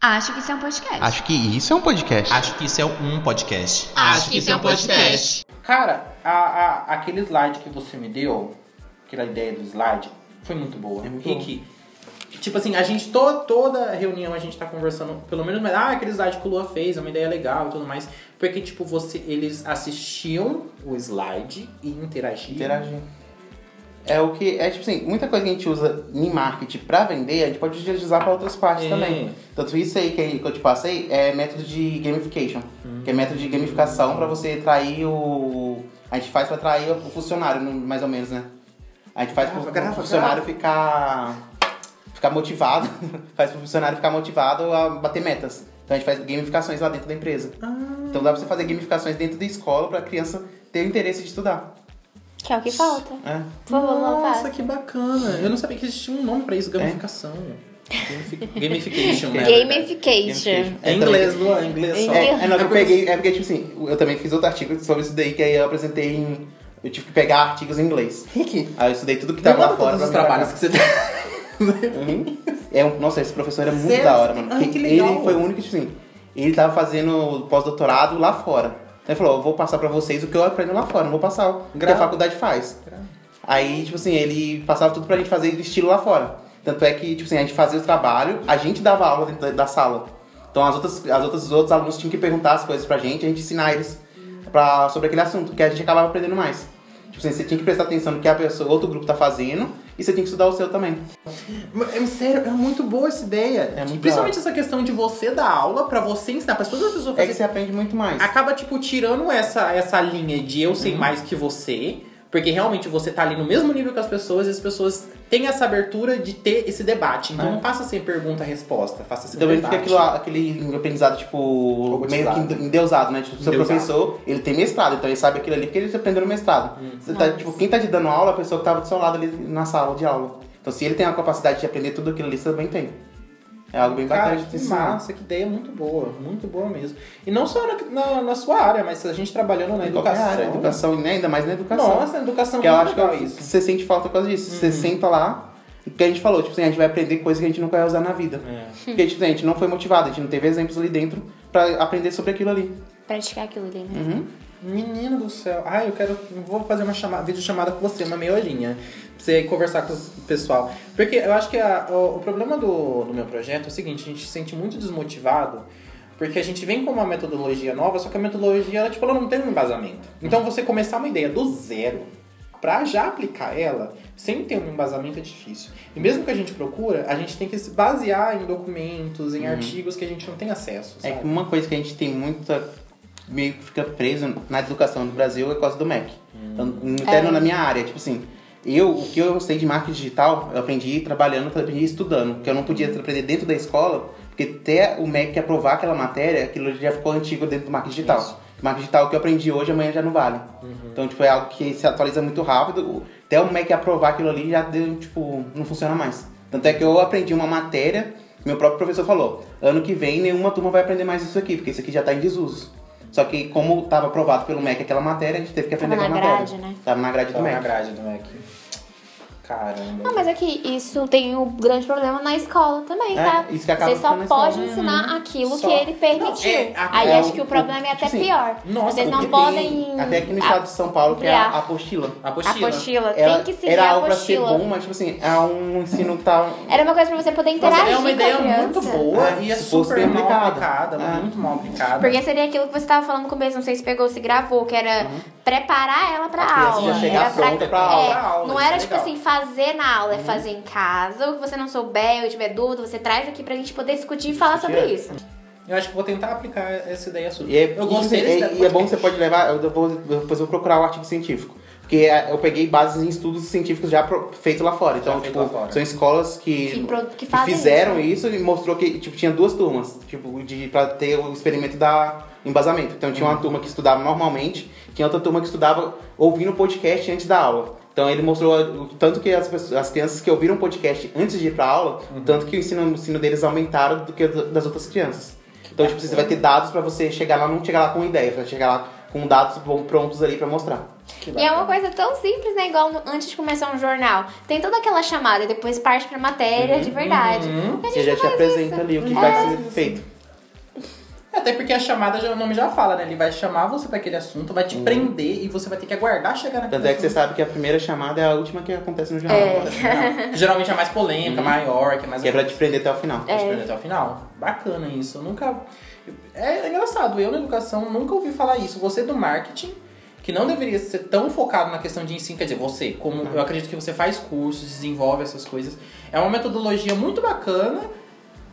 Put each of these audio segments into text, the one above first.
Acho que isso é um podcast. Acho que isso é um podcast. Acho que isso é um podcast. Acho que isso é um podcast. Cara, a, a- aquele slide que você me deu, aquela ideia do slide, foi muito boa. É muito Rick, tipo assim, a gente, to- toda reunião a gente tá conversando, pelo menos, mas, ah, aquele slide que o Lua fez, é uma ideia legal e tudo mais. Porque, tipo, você, eles assistiam o slide e interagiam. Interagir. É o que. É tipo assim, muita coisa que a gente usa em marketing pra vender, a gente pode utilizar pra outras partes É. também. Tanto isso aí que eu te passei é método de gamification. Que é método de gamificação pra você atrair o. A gente faz pra atrair o funcionário, no- mais ou menos, né? A gente faz Grava, pro grava, pro funcionário ficar. ficar motivado. faz pro funcionário ficar motivado a bater metas. Então a gente faz gamificações lá dentro da empresa. Então dá pra você fazer gamificações dentro da escola pra criança ter o interesse de estudar. Que é o que falta. né? Por favor, não Nossa, faça. que bacana. Eu não sabia que existia um nome pra isso, gamificação. Gamifi- Gamification, né? Gamification. É inglês, Lua, é inglês só. né? É, é, não, que eu porque peguei, é porque, tipo assim, eu também fiz outro artigo sobre isso daí, que aí eu apresentei em. Eu tive que pegar artigos em inglês. Rick. Aí eu estudei tudo que tava É, tá lá Demanda fora. todos os pra né? melhorar. trabalhos que você tem. Uhum. É um, nossa, esse professor era muito Sério? da hora, mano. Ai, que Ele legal. foi o único, tipo assim, ele tava fazendo pós-doutorado lá fora. Então ele falou, eu vou passar pra vocês o que eu aprendo lá fora, não vou passar o que a Grava. faculdade faz. Aí, tipo assim, ele passava tudo pra gente fazer do estilo lá fora. Tanto é que, tipo assim, a gente fazia o trabalho, a gente dava aula dentro da, da sala. Então as outras, as outras, os outros alunos tinham que perguntar as coisas pra gente, a gente ensinar eles pra, sobre aquele assunto, que a gente acabava aprendendo mais. Tipo assim, você tinha que prestar atenção no que a pessoa, outro grupo tá fazendo, e você tinha que estudar o seu também. Mas, é Sério, é muito boa essa ideia. É muito Principalmente essa questão de você dar aula pra você ensinar, pra todas as pessoas É que você fazerem. aprende muito mais. Acaba, tipo, tirando essa, essa linha de eu Uhum. sei mais que você. Porque realmente você tá ali no mesmo nível que as pessoas e as pessoas têm essa abertura de ter esse debate. Então É. não faça sem pergunta-resposta, faça sem Também debate. fica aquilo, aquele aprendizado, tipo, meio Robotizado. que endeusado, né? Tipo, seu Endeusado. professor, ele tem mestrado, então ele sabe aquilo ali porque ele aprendeu no mestrado. Hum. Você tá, tipo, quem tá te dando aula é a pessoa que tava do seu lado ali na sala de aula. Então, se ele tem a capacidade de aprender tudo aquilo ali, você também tem. É algo bem Cara, bacana de que ensinar. massa, que ideia muito boa, muito boa mesmo. E não só na, na- na sua área, mas a gente trabalhando na Em qualquer educação. área, educação, né? ainda mais na educação. Nossa, na educação Porque eu muito acho que é legal eu- isso. Uhum. você sente falta por causa disso. Você senta lá, o que a gente falou, tipo assim, a gente vai aprender coisas que a gente nunca vai usar na vida. É. Porque, tipo, a gente não foi motivado, a gente não teve exemplos ali dentro pra aprender sobre aquilo ali. Praticar aquilo ali, né? Uhum. Menino do céu. Ai, eu quero. Vou fazer uma chamada, videochamada com você, uma meia horinha. Pra você conversar com o pessoal. Porque eu acho que a- o, o problema do, do meu projeto é o seguinte: a gente se sente muito desmotivado. Porque a gente vem com uma metodologia nova, só que a metodologia, ela, tipo, ela não tem um embasamento. Então você começar uma ideia do zero pra já aplicar ela, sem ter um embasamento é difícil. E mesmo que a gente procura, a gente tem que se basear em documentos, em artigos que a gente não tem acesso. Uhum. É Sabe? que uma coisa que a gente tem muita. meio que fica preso na educação no Brasil é por causa do MEC. Então, até É. não na minha área, tipo assim. Eu, o que eu sei de marketing digital, eu aprendi trabalhando, eu aprendi estudando, porque eu não podia aprender dentro da escola, porque até o MEC aprovar aquela matéria, aquilo já ficou antigo dentro do marketing digital. O marketing digital que eu aprendi hoje, amanhã já não vale. Então, tipo, é algo que se atualiza muito rápido. Até o MEC aprovar aquilo ali já deu, tipo, não funciona mais. Tanto é que eu aprendi uma matéria, meu próprio professor falou, ano que vem nenhuma turma vai aprender mais isso aqui, porque isso aqui já tá em desuso. Só que como estava aprovado pelo MEC aquela matéria, a gente teve que Tava aprender na aquela matéria. grade, né? Tava na grade do Tá na MEC. grade do Mac. Caramba. Não, mas é que isso tem um grande problema na escola também, tá? É, isso que acaba Você só ficando na pode escola. Uhum. ensinar aquilo Só. que ele permitiu. Não, é, a- Aí é acho o- que o problema é até assim, pior. nossa, Vocês não Porque podem. tem, até aqui no estado de São Paulo, que é a ampliar. apostila. Apostila. apostila. Ela- Tem que seguir era a algo pra ser apostila. bom, mas tipo assim, é um ensino que tá... Era uma coisa pra você poder Nossa, interagir é uma com a ideia criança. muito boa É, e é se fosse super bem mal aplicada. aplicada, É. muito mal aplicada. Porque seria aquilo que você estava falando no começo, não sei se pegou, se gravou, que era Uhum. preparar ela pra criança assim, aula. já chegar era pronta pra é, aula. Aula, Não isso era é tipo legal. Uhum. assim, fazer na aula, é fazer em casa. O que você não souber ou tiver dúvida, você traz aqui pra gente poder discutir e falar Discutir, sobre é. isso. Eu acho que vou tentar aplicar essa ideia sua. E é, eu gostei e, desse é, e é bom que você pode levar, eu vou, eu- depois eu vou procurar o artigo científico. Porque é, eu peguei bases em estudos científicos já pro- feito lá fora. Então, feito tipo, lá fora. são escolas que, Que, pro- que que fazem fizeram isso. isso. e mostrou que tipo, tinha duas turmas, tipo, de, pra ter o experimento da embasamento. Então tinha Uhum. uma turma que estudava normalmente, tinha outra turma que estudava ouvindo podcast antes da aula. Então ele mostrou o tanto que as, pessoas- as crianças que ouviram podcast antes de ir pra aula, Uhum. tanto que o ensino, o ensino deles aumentaram do que o das outras crianças. Então, tipo, você vai ter dados pra você chegar lá, não chegar lá com ideia, você vai chegar lá com dados bom- prontos ali pra mostrar. Que E é uma bacana. coisa tão simples, né? Igual no- antes de começar um jornal. Tem toda aquela chamada e depois parte pra matéria de verdade. Uhum. E a Você gente já não te faz apresenta isso. ali o que É. vai ser feito. É, Até porque a chamada, já, o nome já fala, né? Ele vai chamar você pra aquele assunto, vai te prender e você vai ter que aguardar chegar naquele Uhum. Tanto é que você assunto. sabe que a primeira chamada é a última que acontece no jornal. É. Geralmente é mais polêmica, maior, que é mais... Que é pra te prender até o final. Pra te É. prender até o final. Bacana isso. Eu nunca... É engraçado, eu na educação nunca ouvi falar isso. Você do marketing, que não deveria ser tão focado na questão de ensino, quer dizer, você, como Uhum. eu acredito que você faz cursos, desenvolve essas coisas, é uma metodologia muito bacana.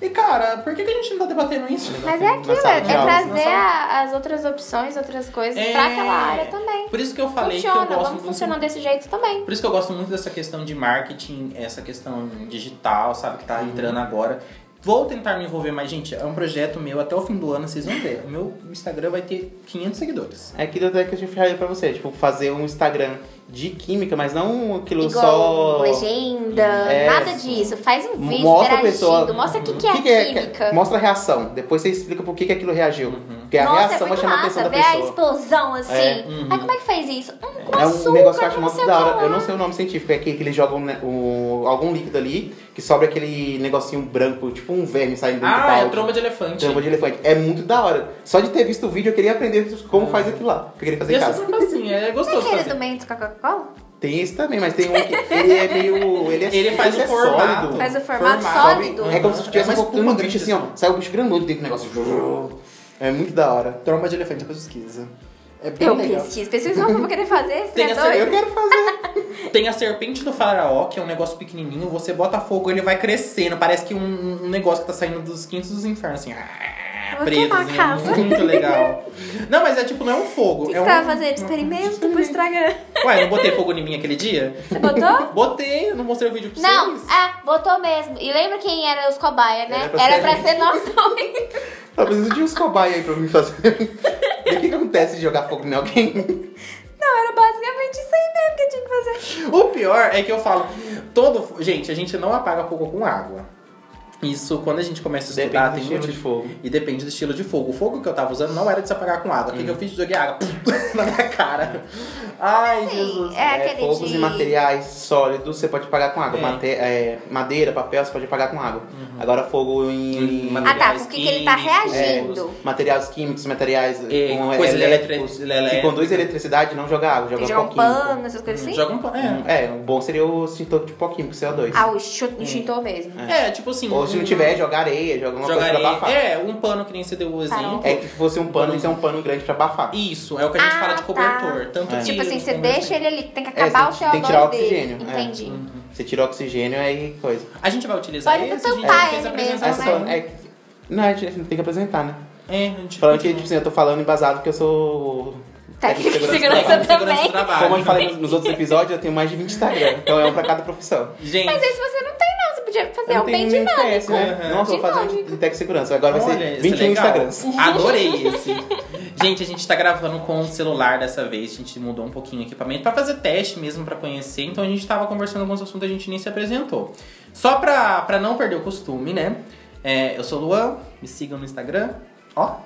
E, cara, por que, que a gente não tá debatendo isso? Mas é aquilo, sala é de aula. Na trazer sala. a- as outras opções, outras coisas É. pra aquela área também. Por isso que eu falei Funciona, que eu gosto vamos do funcionar desse jeito também. Por isso que eu gosto muito dessa questão de marketing, essa questão digital, sabe, que tá entrando agora. Vou tentar me envolver mais, gente. É um projeto meu, até o fim do ano vocês vão ver. O meu Instagram vai ter 500 seguidores. É aquilo até que eu já falei pra você, tipo, fazer um Instagram de química, mas não aquilo Igual um só. legenda, É. nada disso. Faz um vídeo Mostra a interagindo, pessoa- mostra o que, que é O a que que é- química. Mostra a reação. Depois você explica por que, que aquilo reagiu. Uhum. Porque a Nossa, reação é vai muito chamar a massa, atenção da ver a pessoa. explosão assim. É, Aí como é que faz isso? Hum, com É açúcar, um negócio que eu acho com muito sei da o que hora. Eu lá. não sei o nome científico, é aquele que eles jogam né, o- algum líquido ali, que sobra aquele negocinho branco, tipo um verme saindo do Ah, é balde. a tromba de elefante. Tromba de elefante. É muito da hora. Só de ter visto o vídeo eu queria aprender como faz aquilo lá. Eu queria fazer Ah. E em é casa. super facinho, é É gostoso aquele assim. fazer. do meio do Coca-Cola? Tem esse também, mas tem um que ele é meio. Ele, é, Ele faz esse o é formato. sólido. Faz o formato Formato. sólido. É como se tivesse É mais um, um pulpa bicho assim, grande, ó. Sai um bicho grandudo dentro do negócio. É muito da hora. Tromba de elefante, depois pesquisa. É bem Eu legal. pesquiso. Pesquiso não, eu vou querer fazer esse Tem né, essa- eu doido? quero fazer. Tem a serpente do faraó, que é um negócio pequenininho. Você bota fogo, ele vai crescendo. Parece que um, um negócio que tá saindo dos quintos dos infernos, assim. ah, Vou preto, queimar a assim, um casa. é muito legal. Não, mas é tipo, não é um fogo. O que, tá- que é um... você tava fazendo? Experimento Uhum. pro Instagram. Ué, não botei fogo em mim aquele dia? Você botou? Botei, eu não mostrei o vídeo pra Não, vocês. ah, botou mesmo. E lembra quem era os cobaias, né? Era pra Era ser a pra gente. ser nós dois. Eu preciso de uns cobaia aí pra mim fazer. E o que, que acontece de jogar fogo em alguém? Não, era basicamente isso aí mesmo que eu tinha que fazer. O pior é que eu falo, todo. Gente, a gente não apaga fogo com água. Isso, quando a gente começa a estudar, tem estilo muito- fogo. E depende do estilo de fogo. O fogo que eu tava usando não era de se apagar com água. O que, Uhum. que eu fiz? Joguei água na minha cara. Ai, Jesus. É aquele fogos de- e materiais sólidos você pode apagar com água. É. Uhum. Mate- é, madeira, papel, você pode apagar com água. Agora fogo em, Em Ah tá, Materiais o que, que ele tá É, químicos. reagindo? materiais químicos, materiais É, com coisa elétricos, eletri- que conduz eletricidade, não joga água, Tem joga que jogar pó um químico. pano, essas coisas assim? Joga um pano. É. É, o bom seria o extintor de pó químico, CO2. Ah, o extin- extintor mesmo. É, tipo assim. Ou se não um- tiver, joga areia, joga uma coisa pra jogarei. abafar. É, um pano que nem você deu o Tá. exemplo. É. que se fosse um pano, isso é um pano grande pra abafar. Isso, é o que a gente Ah, fala de tá. cobertor. Tanto É. que um Tipo assim, eu você conversei. deixa ele ali, tem que É, acabar você o CO2 tem que tirar o dele. oxigênio, é. Entendi. Você tira o oxigênio, aí coisa. A gente vai utilizar Pode esse, a gente tampar fez a ele mesmo, É Então, só. apresentação. né? É, que- não, a gente não tem que apresentar, né? É, a gente Falando que, tipo assim, eu tô falando embasado que eu sou. Técnico de Legal, segurança segurança do também. trabalho. Como eu falei nos outros episódios, eu tenho mais de 20 Instagram. Então é um pra cada profissão. Gente, Mas é esse você não tem, não. Você podia fazer eu não um bem tenho de nem nada. TS, né? Aham. Nossa, eu vou fazer um Dinâmico. de tech segurança. Agora vai Olha, ser esse 21 legal. Instagrams. Adorei esse. Gente, a gente tá gravando com o celular dessa vez. A gente mudou um pouquinho o equipamento pra fazer teste mesmo, pra conhecer. Então a gente tava conversando alguns assuntos a gente nem se apresentou. Só pra, pra não perder o costume, né? É, eu sou o Luan, me sigam no Instagram. Ó,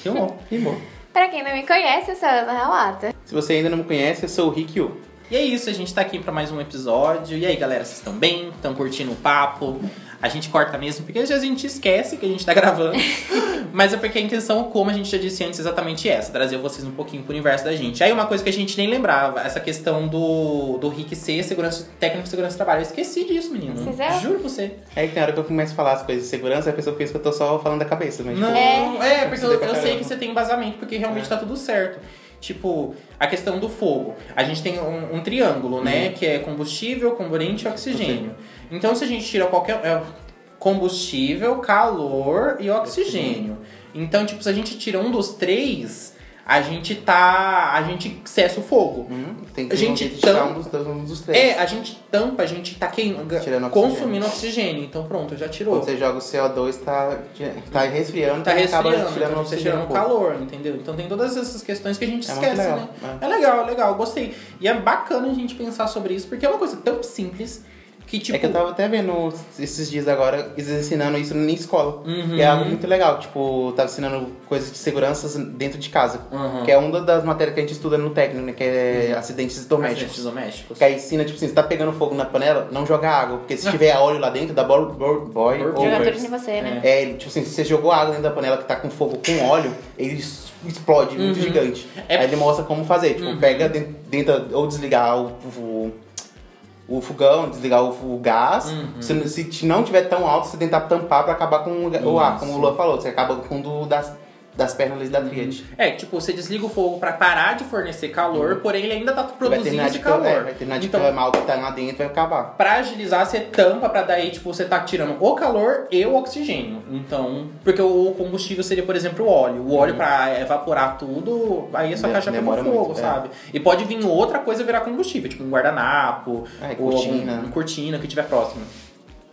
filmou. Rimou. Pra quem não me conhece, eu sou a Ana Relata. Se você ainda não me conhece, eu sou o Rick Yu. E é isso, a gente tá aqui pra mais um episódio. E aí, galera, vocês estão bem? Estão curtindo o papo? A gente corta mesmo, porque às vezes a gente esquece que a gente tá gravando. Mas é porque a intenção, como a gente já disse antes, é exatamente essa: trazer vocês um pouquinho pro universo da gente. Aí uma coisa que a gente nem lembrava, essa questão do, do Rick ser segurança, técnico de segurança do trabalho. Eu esqueci disso, menino. Vocês é? Juro pra você. Aí tem hora que eu começo a falar as coisas de segurança, a pessoa pensa que eu tô só falando da cabeça, mas. tipo, Não, é, porque eu, Estudei pra eu sei caramba. que você tem embasamento, porque realmente tá tudo certo. Tipo, a questão do fogo. A gente tem um, um triângulo, né? Que é combustível, comburente e oxigênio. Então, se a gente tira qualquer. é, combustível, calor e oxigênio. Então, tipo, se a gente tira um dos três, a gente tá. A gente cessa o fogo. Uhum, tem A que gente gente tirar tam- um dos, dois, um dos três. É, a gente tampa, a gente tá queimando, Tirando oxigênio. consumindo oxigênio. Então pronto, já tirou. Quando você joga o CO2, tá, tá resfriando, tá e acaba resfriando, tirando então você oxigênio tirando um pouco. calor, entendeu? Então tem todas essas questões que a gente É muito esquece, legal, né? É legal, é legal, gostei. E é bacana a gente pensar sobre isso, porque é uma coisa tão simples, Que tipo. É que eu tava até vendo esses dias agora, eles ensinando isso na escola. Uhum. E é algo muito legal, tipo, tava ensinando coisas de segurança dentro de casa. Uhum. Que é uma das matérias que a gente estuda no técnico, né? Que é acidentes domésticos. Acidentes domésticos. Que aí ensina, tipo assim, se tá pegando fogo na panela, não joga água. Porque se tiver óleo lá dentro, dá bol, bol, boy Boil Jogar over. over. tudo em você, né? É, tipo assim, se você jogou água dentro da panela que tá com fogo com óleo, ele s- explode muito Uhum. gigante. É- Aí ele mostra como fazer, tipo, pega dentro, dentro- ou desligar o, o, o fogão, desligar o, o gás. Se, não- se t- não tiver tão alto, você tentar tampar pra acabar com o, ga- o ar, como o Lua falou, você acaba com o do- das, das pernas ali da tríade. É, tipo, você desliga o fogo pra parar de fornecer calor, porém ele ainda tá Uhum. Vai produzindo terminar esse de calor. calor. vai terminar de então, clamar o que tá lá dentro vai acabar. pra agilizar, você tampa pra daí, tipo, você tá tirando o calor e o oxigênio. Então, porque o combustível seria, por exemplo, o óleo. O óleo pra evaporar tudo, aí a sua Uhum. De- caixa pega demora fogo, muito, é. sabe? E pode vir outra coisa virar combustível, tipo um guardanapo, É, ou cortina. algum- cortina que tiver próximo.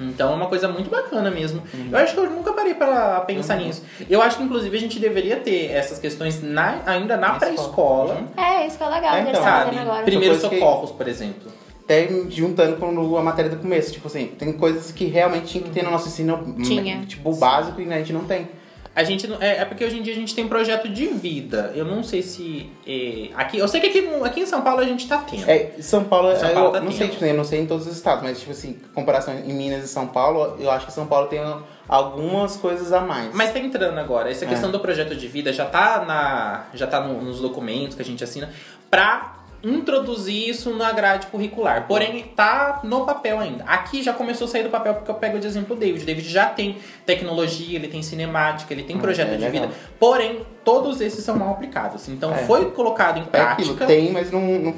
Então é uma coisa muito bacana mesmo. Uhum. Eu acho que eu nunca parei pra pensar nisso. Eu acho que inclusive a gente deveria ter essas questões na- ainda na Na pré-escola. escola. É, isso que é legal, É, que eles então, estão fazendo Sabe? agora. Primeiros Coisa que- socorros, por exemplo. Até juntando com a matéria do começo, tipo assim, tem coisas que realmente tinha que ter no nosso ensino, Tinha. tipo, o básico e a gente não tem. A gente não- é, é porque hoje em dia a gente tem projeto de vida. Eu não sei se é, aqui, eu sei que aqui, no- aqui em São Paulo a gente tá tendo. É, São Paulo, São eu Paulo tá não tendo. sei, tipo, eu não sei em todos os estados, mas tipo assim, comparação em Minas e São Paulo, eu acho que São Paulo tem algumas coisas a mais. Mas tá entrando agora. Essa É. questão do projeto de vida já tá na já tá no- nos documentos que a gente assina pra introduzir isso na grade curricular. Porém, tá no papel ainda. Aqui já começou a sair do papel porque eu pego de exemplo o David. O David já tem tecnologia, ele tem cinemática, ele tem Ah, projeto é de legal. vida. Porém, todos esses são mal aplicados. Então, É. foi colocado em é aquilo, prática. tem, mas não, não-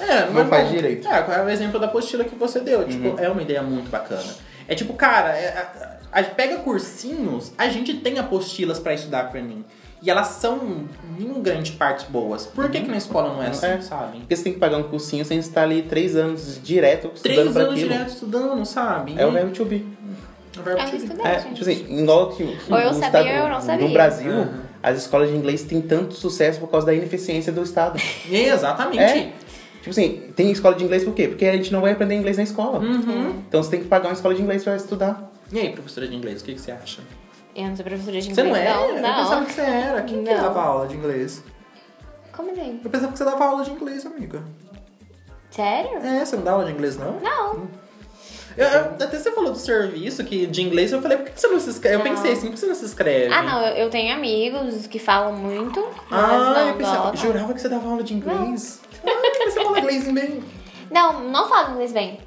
É, Não mas faz direito. Uhum. É, é o exemplo da apostila que você deu. Tipo, é uma ideia muito bacana. É tipo, cara, é- a- a- pega cursinhos, a gente tem apostilas pra estudar pra mim. E elas são, em grande parte, boas. Por que, que na escola não é assim, Uhum. É. sabe? porque você tem que pagar um cursinho sem estar ali três anos direto estudando Três pra anos aquilo. direto estudando, sabe? É o verbo to be. O verbo É um to be. estudante. É, tipo assim, igual que Ou eu o sabia estado ou eu não sabia. no Brasil, Uhum. as escolas de inglês têm tanto sucesso por causa da ineficiência do Estado. Exatamente. É. Tipo assim, tem escola de inglês por quê? Porque a gente não vai aprender inglês na escola. Uhum. Então você tem que pagar uma escola de inglês pra estudar. E aí, professora de inglês, o que, que você acha? Eu não sou professora de inglês, Você não é? não. Eu pensava não. que você era. Quem que Não. dava aula de inglês? Como assim? Eu pensava que você dava aula de inglês, amiga. Sério? É, você não dá aula de inglês, não? Não. Eu- eu- até você falou do serviço que de inglês, eu falei, por que que você não se inscreve? Eu Não. pensei assim, por que você não se inscreve? Ah, não, eu, eu tenho amigos que falam muito, mas Ah, não tá. eu pensava, gostam. jurava que você dava aula de inglês. Ah, você fala inglês bem. Não, não falo inglês bem.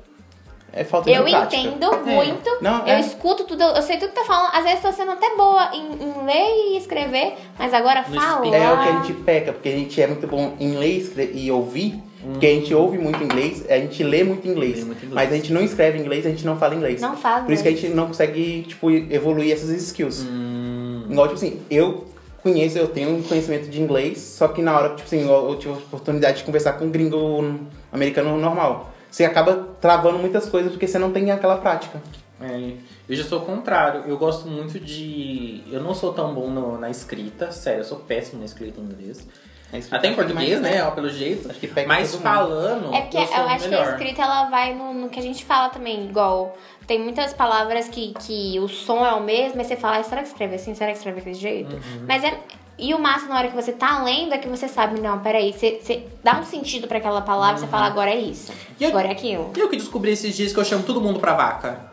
É falta de Eu prática. entendo muito, Não, eu é. escuto tudo, eu sei tudo que tá falando. Às vezes tô sendo até boa em, em ler e escrever, mas agora No falar... speaking. É o que a gente peca, porque a gente é muito bom em ler e escre- e ouvir, porque a gente ouve muito inglês, a gente lê muito inglês, Hum. Lê muito inglês. mas a gente não escreve inglês, a gente não fala inglês. Não falo Por isso que a gente não consegue, tipo, evoluir essas skills. Hum, Igual, tipo assim, eu conheço, eu tenho um conhecimento de inglês, só que na hora, tipo assim, eu, eu tive a oportunidade de conversar com um gringo americano normal. Você acaba travando muitas coisas porque você não tem aquela prática. É, eu já sou o contrário. Eu gosto muito de. Eu não sou tão bom no- na escrita, sério, eu sou péssimo na escrita em inglês. É isso que Até em pega português, mais, né? ó, Pelo jeito. Acho que pega Mas todo mundo. falando. É porque eu, eu, sou acho melhor. que a escrita ela vai no, no que a gente fala também, igual. Tem muitas palavras que, que o som é o mesmo, mas você fala, "Ah, será que escreve assim? Será que escreve daquele jeito? Uhum. Mas é. E o massa na hora que você tá lendo é que você sabe, não, peraí, você, você dá um sentido pra aquela palavra, você Uhum. fala, agora é isso. E eu- agora é aquilo. E eu que descobri esses dias que eu chamo todo mundo pra vaca.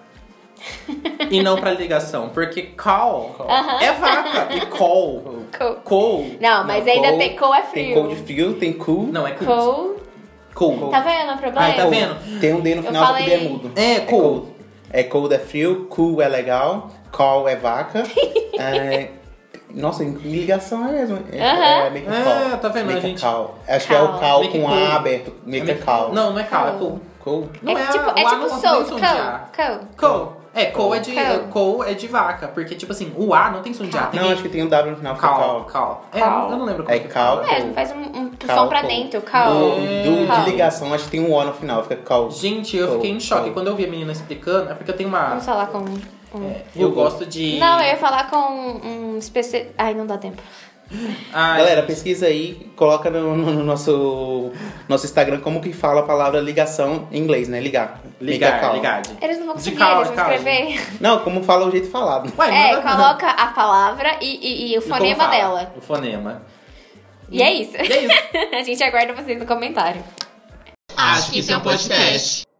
e não pra ligação. Porque call é vaca. E call. Cool. Call. Não, mas Não, ainda cold, tem cool é Tem frio. cold frio, tem cool. Não, é cool. Cool. Cold. Tá vendo Ah, o problema? Ai, tá vendo? Tem um D no Eu final, só que falei- D é mudo. É, É cold. cold. É cold é frio, cool é legal, call é vaca. é... Nossa, em em ligação é mesmo. É, Aham. é make a É, call. tá vendo, Make a gente? call. Acho que é o Call. call Make com cool. A aberto. Make a call. Não, não é cal, é Cal. cool. Cool. Não é, a- tipo, o é A tipo não- não soul, tem som de A. cool, cool. Coal. É, coal é de. Coal. Coal é de vaca. Porque, tipo assim, o A não tem som de A. Tem Não, acho que tem um W no final. fica Cal, Call. cal. É, Cal. eu não lembro como É que call. fala. É, faz um, um Cal, som pra cool. dentro, cool. Do, do- Call. de ligação, acho que tem um O no final. Fica call. Gente, eu Cal, fiquei em choque. cal. Quando eu vi a menina explicando, é porque eu tenho uma. Vamos falar com. um, com... é, eu gosto de. Não, eu ia falar com um especialista. um Ai, não dá tempo. Ai, Galera, pesquisa aí, coloca no, no- no nosso, nosso Instagram como que fala a palavra ligação em inglês, né? Ligar. Make a ligar, call. ligade. Eles não vão De conseguir cal- eles vão cal- escrever. Não, como fala o jeito falado. Ué, É, manda- coloca a palavra e, e- e o E como fonema fala? dela. O fonema. E é isso. E é isso. a gente aguarda vocês no comentário. Acho que isso é um podcast.